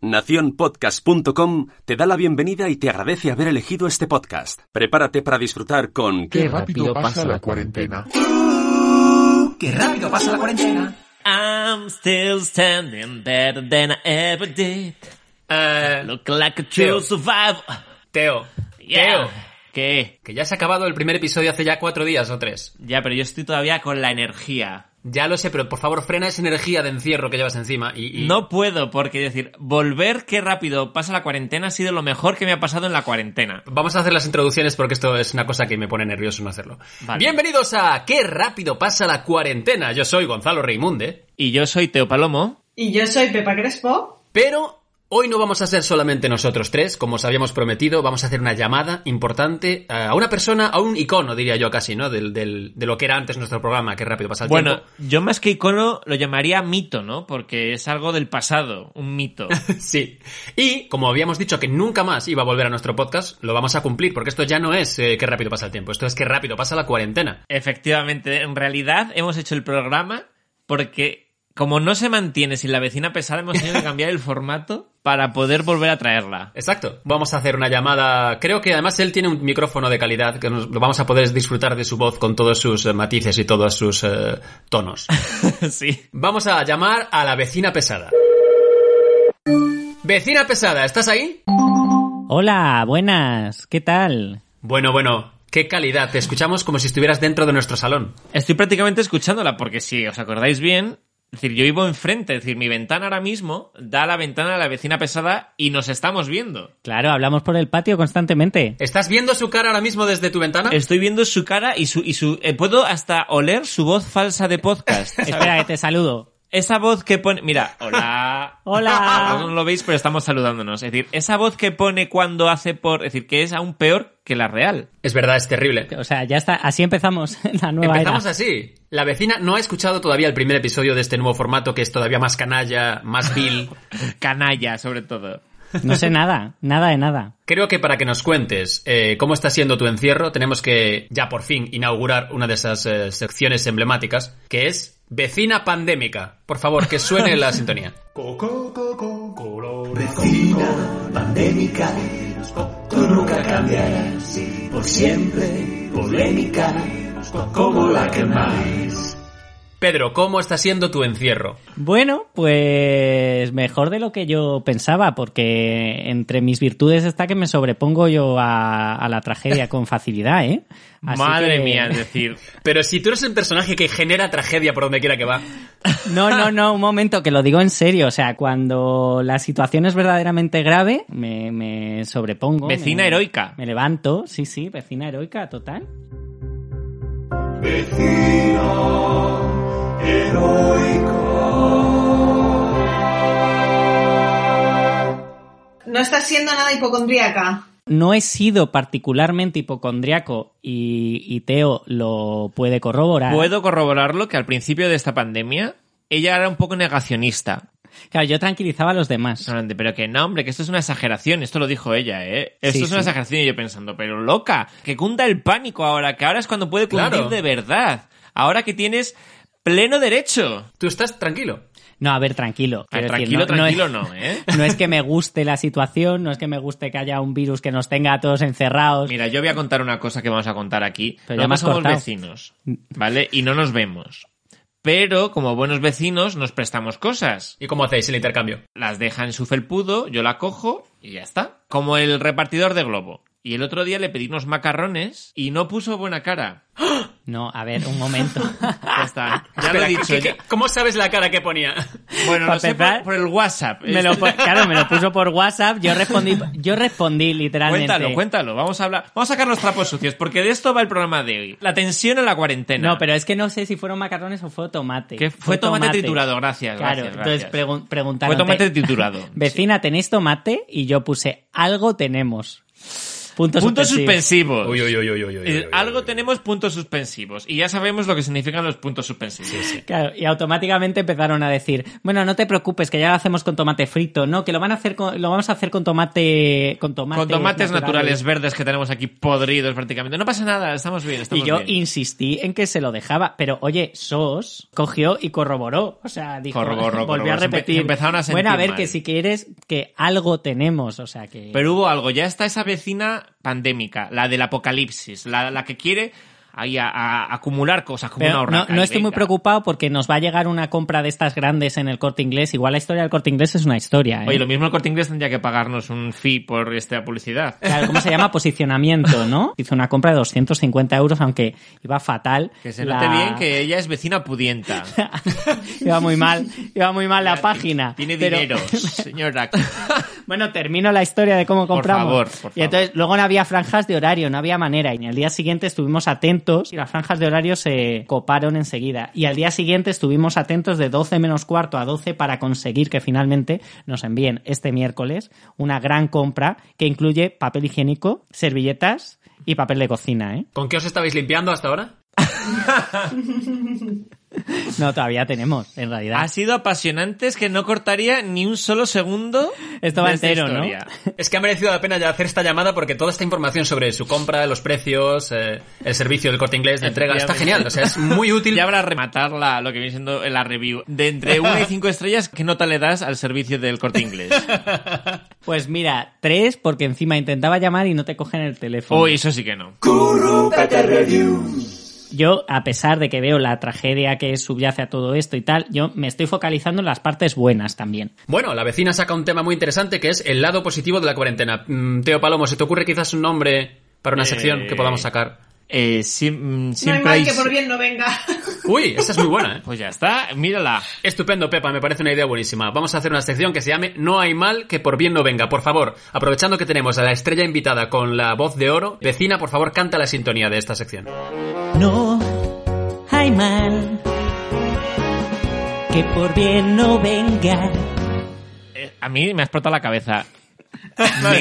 Nacionpodcast.com te da la bienvenida y te agradece haber elegido este podcast. Prepárate para disfrutar con Qué rápido pasa la cuarentena. ¡Qué rápido pasa la cuarentena! I'm still standing better than I ever did. Eh, Look like a true Teo. survivor. Teo, Yeah. Teo, ¿Qué? que ya se ha acabado el primer episodio hace ya cuatro días o tres. Ya, pero yo estoy todavía con la energía. Ya lo sé, pero por favor frena esa energía de encierro que llevas encima y... y- No puedo, porque es decir, volver qué rápido pasa la cuarentena ha sido lo mejor que me ha pasado en la cuarentena. Vamos a hacer las introducciones porque esto es una cosa que me pone nervioso no hacerlo. Vale. Bienvenidos a Qué rápido pasa la cuarentena. Yo soy Gonzalo Reimunde, Y yo soy Teo Palomo. Y yo soy Pepa Crespo. pero hoy no vamos a ser solamente nosotros tres, como os habíamos prometido, vamos a hacer una llamada importante a una persona, a un icono, diría yo casi, ¿no? Del, del- de lo que era antes nuestro programa, Qué rápido pasa el Bueno, tiempo. yo más que icono lo llamaría mito, ¿no? Porque es algo del pasado, un mito. Sí. Y como habíamos dicho que nunca más iba a volver a nuestro podcast, lo vamos a cumplir, porque esto ya no es eh, Qué rápido pasa el tiempo, esto es Qué rápido pasa la cuarentena. Efectivamente, en realidad hemos hecho el programa porque como no se mantiene sin la vecina pesada, hemos tenido que cambiar el formato para poder volver a traerla. Exacto. Vamos a hacer una llamada. Creo que además él tiene un micrófono de calidad que nos lo vamos a poder disfrutar de su voz con todos sus eh, matices y todos sus eh, tonos. sí. Vamos a llamar a la vecina pesada. Vecina pesada, ¿estás ahí? Hola, buenas, ¿qué tal? Bueno, bueno, qué calidad. Te escuchamos como si estuvieras dentro de nuestro salón. Estoy prácticamente escuchándola porque si os acordáis bien, es decir, yo vivo enfrente, es decir, mi ventana ahora mismo da a la ventana de la vecina pesada y nos estamos viendo. Claro, hablamos por el patio constantemente. ¿Estás viendo su cara ahora mismo desde tu ventana? Estoy viendo su cara y su... Y su eh, puedo hasta oler su voz falsa de podcast. Espera, que te saludo. Esa voz que pone. Mira, hola. Hola. Aún No lo veis, pero estamos saludándonos. Es decir, esa voz que pone cuando hace por. Es decir, que es aún peor que la real. Es verdad, es terrible. O sea, ya está, así empezamos la nueva Empezamos era. así. La vecina no ha escuchado todavía el primer episodio de este nuevo formato que es todavía más canalla, más vil. Canalla, sobre todo. No sé nada, nada de nada. Creo que para que nos cuentes eh, cómo está siendo tu encierro, tenemos que ya por fin inaugurar una de esas eh, secciones emblemáticas, que es Vecina Pandémica. Por favor, que suene la sintonía. Vecina pandémica, tú nunca cambiarás, por siempre polémica, como la que más. Pedro, ¿cómo está siendo tu encierro? Bueno, pues mejor de lo que yo pensaba, porque entre mis virtudes está que me sobrepongo yo a, a la tragedia con facilidad, ¿eh? Así Madre que- mía, es decir. Pero si tú eres el personaje que genera tragedia por donde quiera que va. No, no, no, un momento, que lo digo en serio. O sea, cuando la situación es verdaderamente grave, me, me sobrepongo. Vecina me- heroica. Me levanto, sí, sí, vecina heroica, total. Vecina heroica. No estás siendo nada hipocondríaca. No he sido particularmente hipocondriaco y, y Teo lo puede corroborar. Puedo corroborarlo que al principio de esta pandemia. Ella era un poco negacionista. Claro, yo tranquilizaba a los demás. Solamente, Pero que no, hombre, que esto es una exageración. Esto lo dijo ella, ¿eh? Esto Sí, es una sí. exageración. Y yo pensando, pero loca, que cunda el pánico ahora, que ahora es cuando puede cundir Claro. de verdad. Ahora que tienes pleno derecho. Tú estás tranquilo. No, a ver, tranquilo. Ah, Quiero tranquilo, decir, no- no es- tranquilo, no, ¿eh? No es que me guste la situación, no es que me guste que haya un virus que nos tenga a todos encerrados. Mira, yo voy a contar una cosa que vamos a contar aquí. Pero ya Nosotros me has somos cortado. vecinos, ¿vale? Y no nos vemos. Pero, como buenos vecinos, nos prestamos cosas. ¿Y cómo hacéis el intercambio? Las deja en su felpudo, yo la cojo y ya está. Como el repartidor de globo. Y el otro día le pedí unos macarrones y no puso buena cara. No, a ver, un momento. Ya está. Ya Espera, lo he ¿qué- dicho. qué- ya- qué- ¿Cómo sabes la cara que ponía? Bueno, Para lo sé empezar, por, por el WhatsApp. Me lo, pu- claro, me lo puso por WhatsApp. Yo respondí, yo respondí literalmente. Cuéntalo, cuéntalo. Vamos a hablar. Vamos a sacar los trapos sucios, porque de esto va el programa de hoy. La tensión en la cuarentena. No, pero es que no sé si fueron macarrones o fue tomate. Que fue tomate triturado, gracias, Claro, gracias, entonces gracias. pregun- preguntaron. Fue tomate "Te- triturado. Vecina, ¿tenéis tomate? Y yo puse, algo tenemos. Puntos, Puntos suspensivos. Uy, uy, uy, uy, uy, uy, Eh, uy, uy, Algo uy. tenemos puntos suspensivos. Y ya sabemos lo que significan los puntos suspensivos. Claro, y automáticamente empezaron a decir, bueno, no te preocupes, que ya lo hacemos con tomate frito, no, que lo van a hacer con- lo vamos a hacer con tomate, con tomates, Con tomates naturales verdes que tenemos aquí podridos prácticamente. No pasa nada, estamos bien. Y Estamos yo bien. insistí en que se lo dejaba, pero oye, Sos cogió y corroboró, o sea, dijo, Corroboró, volvió a corroboró. Se empe- repetir. se empezaron a bueno, a sentir ver, mal. que si quieres, que algo tenemos, o sea, que... Pero hubo algo, ya está esa vecina pandémica, la del apocalipsis, la, la que quiere ahí a, a- acumular cosas como Pero una no, urraca. no y estoy muy venga. preocupado porque nos va a llegar una compra de estas grandes en el corte inglés. Igual la historia del corte inglés es una historia. ¿eh? Oye, lo mismo el corte inglés tendría que pagarnos un fee por esta publicidad. Claro, ¿Cómo se llama? Posicionamiento, ¿no? Hizo una compra de 250 euros, aunque iba fatal. Que se La- note bien que ella es vecina pudienta. iba muy mal, iba muy mal la página. Tiene Pero- dinero, señora. Bueno, termino la historia de cómo compramos. favor, por Y entonces, favor. luego no había franjas de horario, no había manera. Y al día siguiente estuvimos atentos y las franjas de horario se coparon enseguida. Y al día siguiente estuvimos atentos de 12 menos cuarto a 12 para conseguir que finalmente nos envíen este miércoles una gran compra que incluye papel higiénico, servilletas y papel de cocina, ¿eh? ¿Con qué os estabais limpiando hasta ahora? No, todavía tenemos, en realidad. Ha sido apasionante, es que no cortaría ni un solo segundo. Esto va de esta entero, ¿no? historia. Es que ha merecido la pena ya hacer esta llamada porque toda esta información sobre su compra, los precios, eh, el servicio del corte inglés de entrega está genial. O sea, es muy útil. Ya habrá rematar la, lo que viene siendo la review. De entre una y cinco estrellas, ¿qué nota le das al servicio del corte inglés? Pues mira, tres, porque encima intentaba llamar y no te cogen el teléfono. Uy, eso sí que no. Currupete Reviews. Yo, a pesar de que veo la tragedia que subyace a todo esto y tal, yo me estoy focalizando en las partes buenas también. Bueno, la vecina saca un tema muy interesante que es el lado positivo de la cuarentena. Mm, Teo Palomo, ¿se te ocurre quizás un nombre para una Eh. sección que podamos sacar? Eh, sim- mm, No hay siempre mal hay- que por bien no venga. Uy, esa es muy buena, ¿eh? Pues ya está, mírala. Estupendo, Pepa, me parece una idea buenísima. Vamos a hacer una sección que se llame No hay mal que por bien no venga. Por favor, aprovechando que tenemos a la estrella invitada con la voz de oro, vecina, por favor, canta la sintonía de esta sección. No hay mal que por bien no venga. Eh, a mí me ha explotado la cabeza.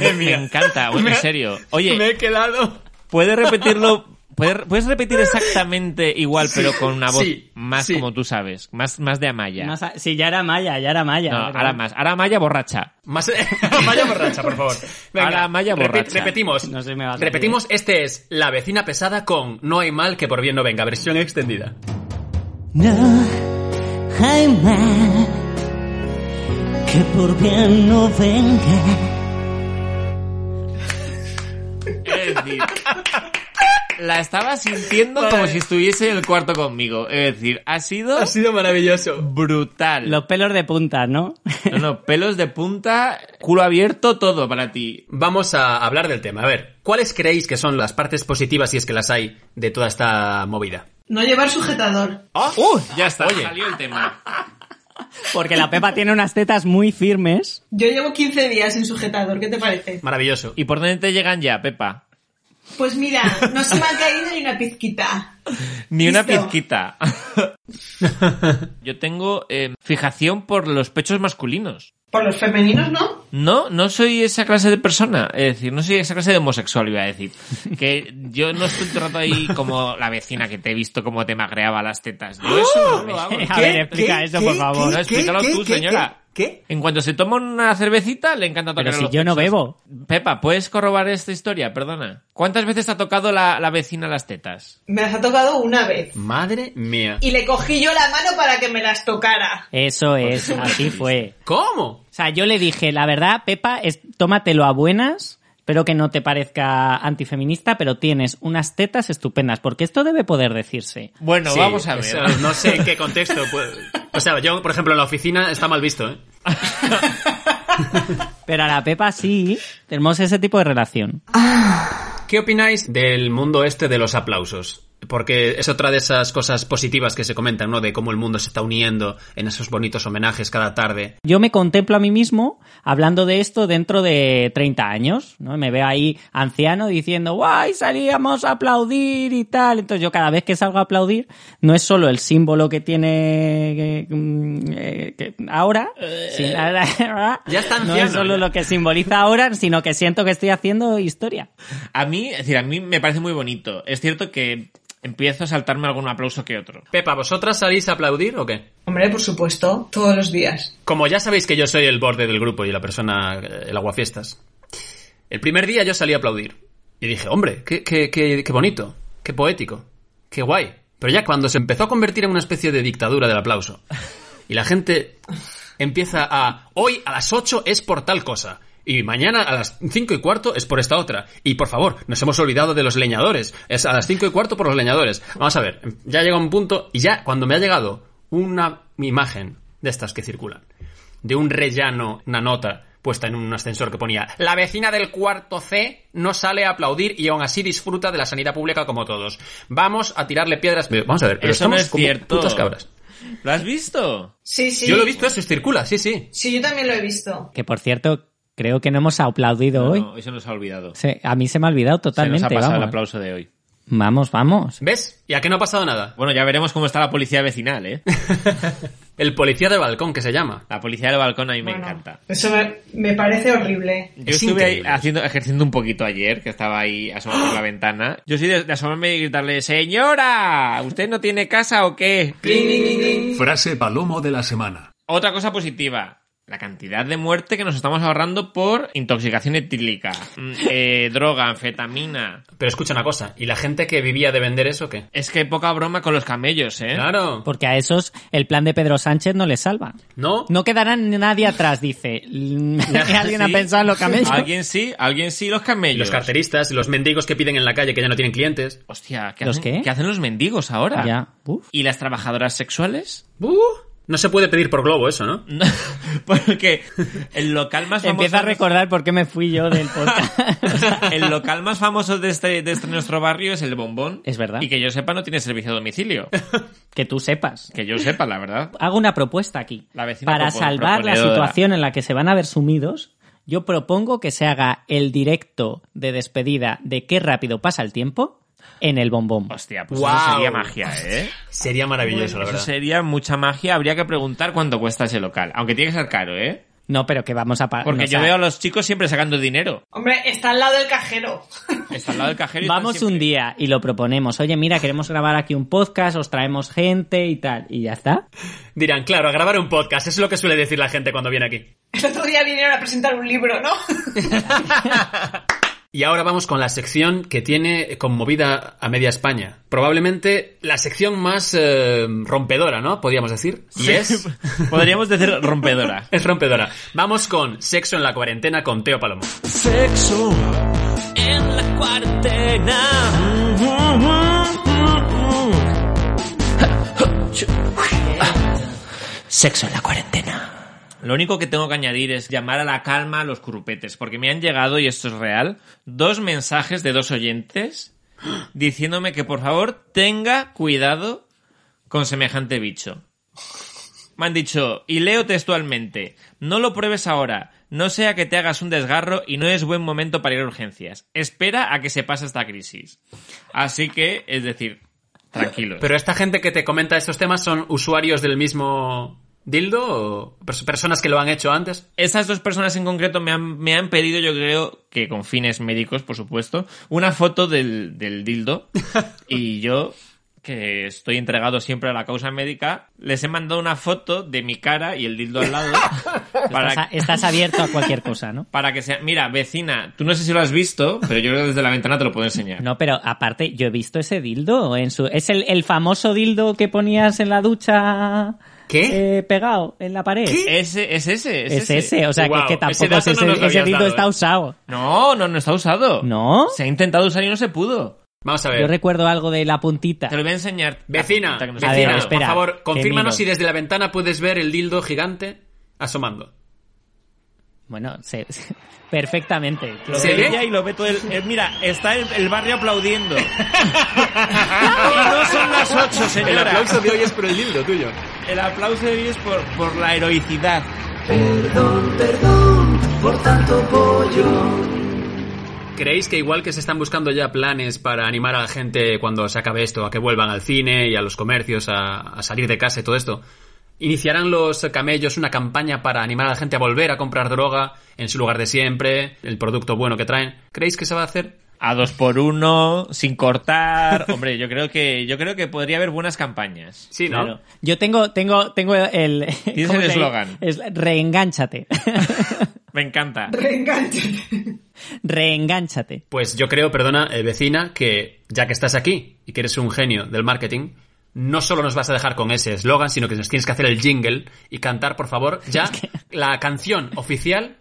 Me, me encanta, bueno, en serio. Oye, he quedado. ¿puedes repetirlo? ¿Puedes, puedes repetir exactamente igual, pero con una voz sí, más sí. como tú sabes? Más, más de Amaya. Más a- sí, ya era Maya, ya era Maya. No, ¿verdad? ahora más. Ahora Amaya borracha. Más... Maya borracha, por favor. Ahora Maya repi- borracha. repetimos. No se me va a salir. repetimos, este es La vecina pesada con No hay mal que por bien no venga, versión extendida. No hay mal que por bien no venga. Es decir, la estaba sintiendo como si estuviese en el cuarto conmigo. Es decir, ha sido sido maravilloso. brutal. Los pelos de punta, ¿no? No, no, pelos de punta, culo abierto, todo para ti. Vamos a hablar del tema. A ver, ¿cuáles creéis que son las partes positivas, si es que las hay, de toda esta movida? No llevar sujetador. ¡Uh! Ya está, Oye. salió el tema. Porque la Pepa tiene unas tetas muy firmes. Yo llevo 15 días sin sujetador, ¿qué te parece? Maravilloso. ¿Y por dónde te llegan ya, Pepa? Pues mira, no se me ha caído ni una pizquita. Ni una Listo. pizquita. Yo tengo eh, fijación por los pechos masculinos. Por los femeninos, ¿no? No, no soy esa clase de persona. Es decir, no soy esa clase de homosexual, iba a decir. Que yo no estoy todo el rato ahí como la vecina que te he visto como te magreaba las tetas. Yo eso ¡Oh! no lo hago. A ver, explica eso, por favor. No, explícalo tú, señora. ¿Qué? En cuanto se toma una cervecita, le encanta tocar Pero si los yo no pechos. bebo. Pepa, ¿puedes corroborar esta historia? Perdona. ¿Cuántas veces te ha tocado la, la vecina las tetas? Me las ha tocado una vez. Madre mía. Y le cogí yo la mano para que me las tocara. Eso es, así fue. ¿Cómo? O sea, yo le dije, la verdad, Pepa, es, tómatelo a buenas. Espero que no te parezca antifeminista, pero tienes unas tetas estupendas, porque esto debe poder decirse. Bueno, Sí, vamos a ver. eso, no sé en qué contexto. pues. o sea, yo, por ejemplo, en la oficina está mal visto, ¿eh? Pero a la Pepa sí, tenemos ese tipo de relación. ¿Qué opináis del mundo este de los aplausos? porque es otra de esas cosas positivas que se comentan, ¿no? De cómo el mundo se está uniendo en esos bonitos homenajes cada tarde. Yo me contemplo a mí mismo hablando de esto dentro de 30 años, ¿no? Me veo ahí anciano diciendo, guay, salíamos a aplaudir y tal. Entonces yo cada vez que salgo a aplaudir, no es solo el símbolo que tiene eh, eh, que ahora, sí, Ya está no anciano, es solo ya. lo que simboliza ahora, sino que siento que estoy haciendo historia. A mí, es decir, a mí me parece muy bonito. Es cierto que empiezo a saltarme algún aplauso que otro. Pepa, ¿vosotras salís a aplaudir o qué? Hombre, por supuesto, todos los días. Como ya sabéis que yo soy el borde del grupo y la persona, eh, el aguafiestas. El primer día yo salí a aplaudir. Y dije, hombre, qué, qué, qué, qué bonito, qué poético, qué guay. Pero ya cuando se empezó a convertir en una especie de dictadura del aplauso, y la gente empieza a, hoy a las 8 es por tal cosa, y mañana a las 5 y cuarto es por esta otra, y por favor, nos hemos olvidado de los leñadores, es a las 5 y cuarto por los leñadores. Vamos a ver, ya llega un punto, y ya cuando me ha llegado una imagen de estas que circulan, de un rellano, una nota puesta en un ascensor que ponía La vecina del cuarto C no sale a aplaudir y aún así disfruta de la sanidad pública como todos. Vamos a tirarle piedras. Vamos a ver, pero Eso no estamos es como cierto. putas cabras. ¿Lo has visto? Sí, sí. Yo lo he visto, eso circula, sí, sí. Sí, yo también lo he visto. Que por cierto, creo que no hemos aplaudido hoy. No, eso nos ha olvidado. Se- a mí se me ha olvidado totalmente. Se nos ha pasado el vamos. aplauso de hoy. vamos, vamos. ¿Ves? ¿Y a qué no ha pasado nada? Bueno, ya veremos cómo está la policía vecinal, ¿eh? El policía del balcón, que se llama. La policía del balcón a mí me Bueno, encanta. Eso me, me parece horrible. Yo Es estuve ahí increíble. haciendo, ejerciendo un poquito ayer, que estaba ahí asomado por la ventana. Yo soy de, de asomarme y gritarle, señora, ¿usted no tiene casa o qué? Frase palomo de la semana. Otra cosa positiva. La cantidad de muerte que nos estamos ahorrando por intoxicación etílica, mm, eh, droga, anfetamina. Pero escucha una cosa, ¿y la gente que vivía de vender eso qué? Es que poca broma con los camellos, ¿eh? Claro. Porque a esos el plan de Pedro Sánchez no les salva. ¿No? No quedará nadie atrás, dice. ¿Alguien ha Sí. pensado en los camellos? Alguien sí, alguien sí, los Y camellos. los carteristas y los mendigos que piden en la calle que ya no tienen clientes. Hostia, ¿qué ¿Los hacen, qué? qué hacen los mendigos ahora? Ya. Uf. ¿Y las trabajadoras sexuales? ¡Uh! No se puede pedir por globo eso, ¿no? No, Porque el local más famoso... Empieza a recordar por qué me fui yo del podcast. El local más famoso de este, de este nuestro barrio es el Bombón. Es verdad. Y que yo sepa no tiene servicio a domicilio. que tú sepas. Que yo sepa, la verdad. Hago una propuesta aquí. La vecina Para propo- salvar la proponedora. situación en la que se van a ver sumidos, yo propongo que se haga el directo de despedida de qué rápido pasa el tiempo en el bombón. Hostia, pues Guau. eso sería magia, ¿eh? Sería maravilloso, la Eso verdad. sería mucha magia. Habría que preguntar cuánto cuesta ese local. Aunque tiene que ser caro, ¿eh? No, pero que vamos a pagar. Porque yo veo a los chicos siempre sacando dinero. Hombre, está al lado del cajero. Está al lado del cajero y están Vamos siempre- un día y lo proponemos. Oye, mira, queremos grabar aquí un podcast, os traemos gente y tal. Y ya está. Dirán, claro, a grabar un podcast, eso es lo que suele decir la gente cuando viene aquí. El otro día vinieron a presentar un libro, ¿no? Y ahora vamos con la sección que tiene conmovida a media España. Probablemente la sección más eh, rompedora, ¿no? Podríamos decir. Y es... Podríamos decir rompedora. Es rompedora. Vamos con Sexo en la cuarentena con Teo Palomo. Sexo en la cuarentena. Sexo en la cuarentena. Lo único que tengo que añadir es llamar a la calma a los curupetes, porque me han llegado, y esto es real, dos mensajes de dos oyentes diciéndome que por favor tenga cuidado con semejante bicho. Me han dicho, y leo textualmente, no lo pruebes ahora, no sea que te hagas un desgarro y no es buen momento para ir a urgencias. Espera a que se pase esta crisis. Así que, es decir, tranquilos. Pero esta gente que te comenta estos temas son usuarios del mismo dildo o pers- personas que lo han hecho antes. Estas dos personas en concreto me han, me han pedido, yo creo que con fines médicos, por supuesto, una foto del, del dildo. Y yo, que estoy entregado siempre a la causa médica, les he mandado una foto de mi cara y el dildo al lado. Estás, para, estás abierto a cualquier cosa, ¿no? para que sea. Mira, vecina, tú no sé si lo has visto, pero yo creo que desde la ventana te lo puedo enseñar. No, pero aparte, yo he visto ese dildo en su. Es el, el famoso dildo que ponías en la ducha. ¿Qué? eh, pegado en la pared. Ese, es ese, es, Es ese, o sea, que- Guau, que, ese tampoco es dato no nos ese, lo ese habías dildo dado, está eh. usado. No, no, no está usado. ¿No? Se ha intentado usar y no se pudo. Vamos a Yo ver. recuerdo algo de la puntita. Te lo voy a enseñar. Vecina, Hasta que nos- A ver, vecina, por espera, favor, que confírmanos miro. si desde la ventana puedes ver el dildo gigante asomando. Bueno, se- se- perfectamente. Lo ¿Se ve ve? ella y lo ve todo el... eh, mira, está el, el barrio aplaudiendo. y no son las ocho, El señora. aplauso de hoy es por el lindo tuyo. El aplauso de hoy es por, por la heroicidad. Perdón, perdón por tanto pollo. ¿Creéis que igual que se están buscando ya planes para animar a la gente cuando se acabe esto, a que vuelvan al cine y a los comercios, a, a salir de casa y todo esto, iniciarán los camellos una campaña para animar a la gente a volver a comprar droga en su lugar de siempre, el producto bueno que traen? ¿Creéis que se va a hacer? A dos por uno, sin cortar. Hombre, yo creo que, yo creo que podría haber buenas campañas. Sí, ¿no? Claro. Yo tengo, tengo, tengo el. Tienes ¿cómo el se dice? eslogan. Es reengánchate. Me encanta. Reenganchate. reengánchate. Pues yo creo, perdona, eh, vecina, que ya que estás aquí y que eres un genio del marketing, no solo nos vas a dejar con ese eslogan, sino que nos tienes que hacer el jingle y cantar, por favor, ya la canción oficial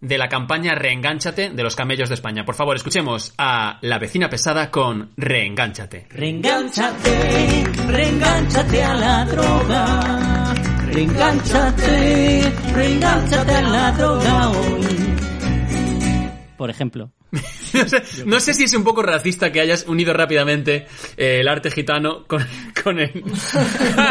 de la campaña Reengánchate de los camellos de España. Por favor, escuchemos a la vecina pesada con Reengánchate. Reengánchate, reengánchate a la droga. Reengánchate, reengánchate a la droga hoy. Por ejemplo. No sé, no sé si es un poco racista que hayas unido rápidamente eh, el arte gitano con, con el,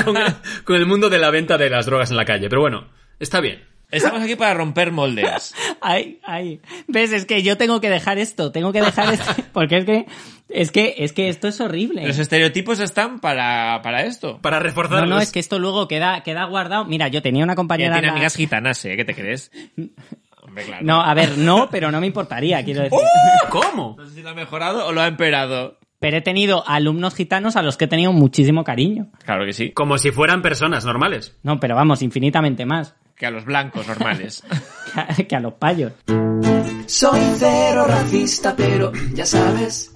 con el- con el mundo de la venta de las drogas en la calle, pero bueno, está bien. Estamos aquí para romper moldes. Ay, ay. ¿Ves? Es que yo tengo que dejar esto. Tengo que dejar esto. Porque es que. Es que, es que esto es horrible. Los estereotipos están para, para esto. Para No, reforzarlos. no, es que esto luego queda, queda guardado. Mira, yo tenía una Que compañera. tiene en la- amigas gitanas, ¿eh? ¿Qué te crees? Hombre, claro. No, ¡Oh! a ver, no, pero no me importaría, quiero decir. ¿Cómo? No sé si lo ha mejorado o lo ha empeorado. Pero he tenido alumnos gitanos a los que he tenido muchísimo cariño. Claro que sí. Como si fueran personas normales. No, pero vamos, infinitamente más Que a los blancos normales. que a, que a los payos. Soy cero racista, pero ya sabes.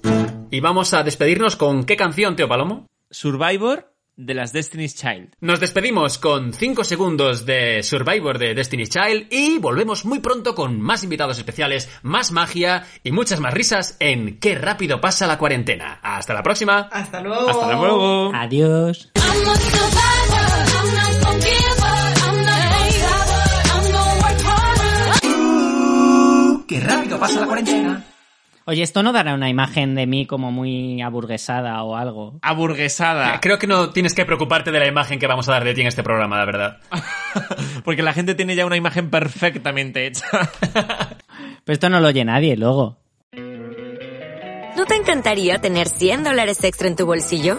Y vamos a despedirnos con qué canción, Teo Palomo. Survivor de las Destiny's Child. Nos despedimos con 5 segundos de Survivor de Destiny's Child y volvemos muy pronto con más invitados especiales, más magia y muchas más risas en Qué rápido pasa la cuarentena. Hasta la próxima. Hasta luego. Hasta luego. Adiós. I'm a survivor. I'm not gonna give up. I'm not gonna stop. I'm gonna work harder. Qué rápido pasa la cuarentena. Oye, esto no dará una imagen de mí como muy aburguesada o algo. Aburguesada. Ah, Creo que no tienes que preocuparte de la imagen que vamos a dar de ti en este programa, la verdad. Porque la gente tiene ya una imagen perfectamente hecha. Pero esto no lo oye nadie luego. ¿No te encantaría tener 100 dólares extra en tu bolsillo?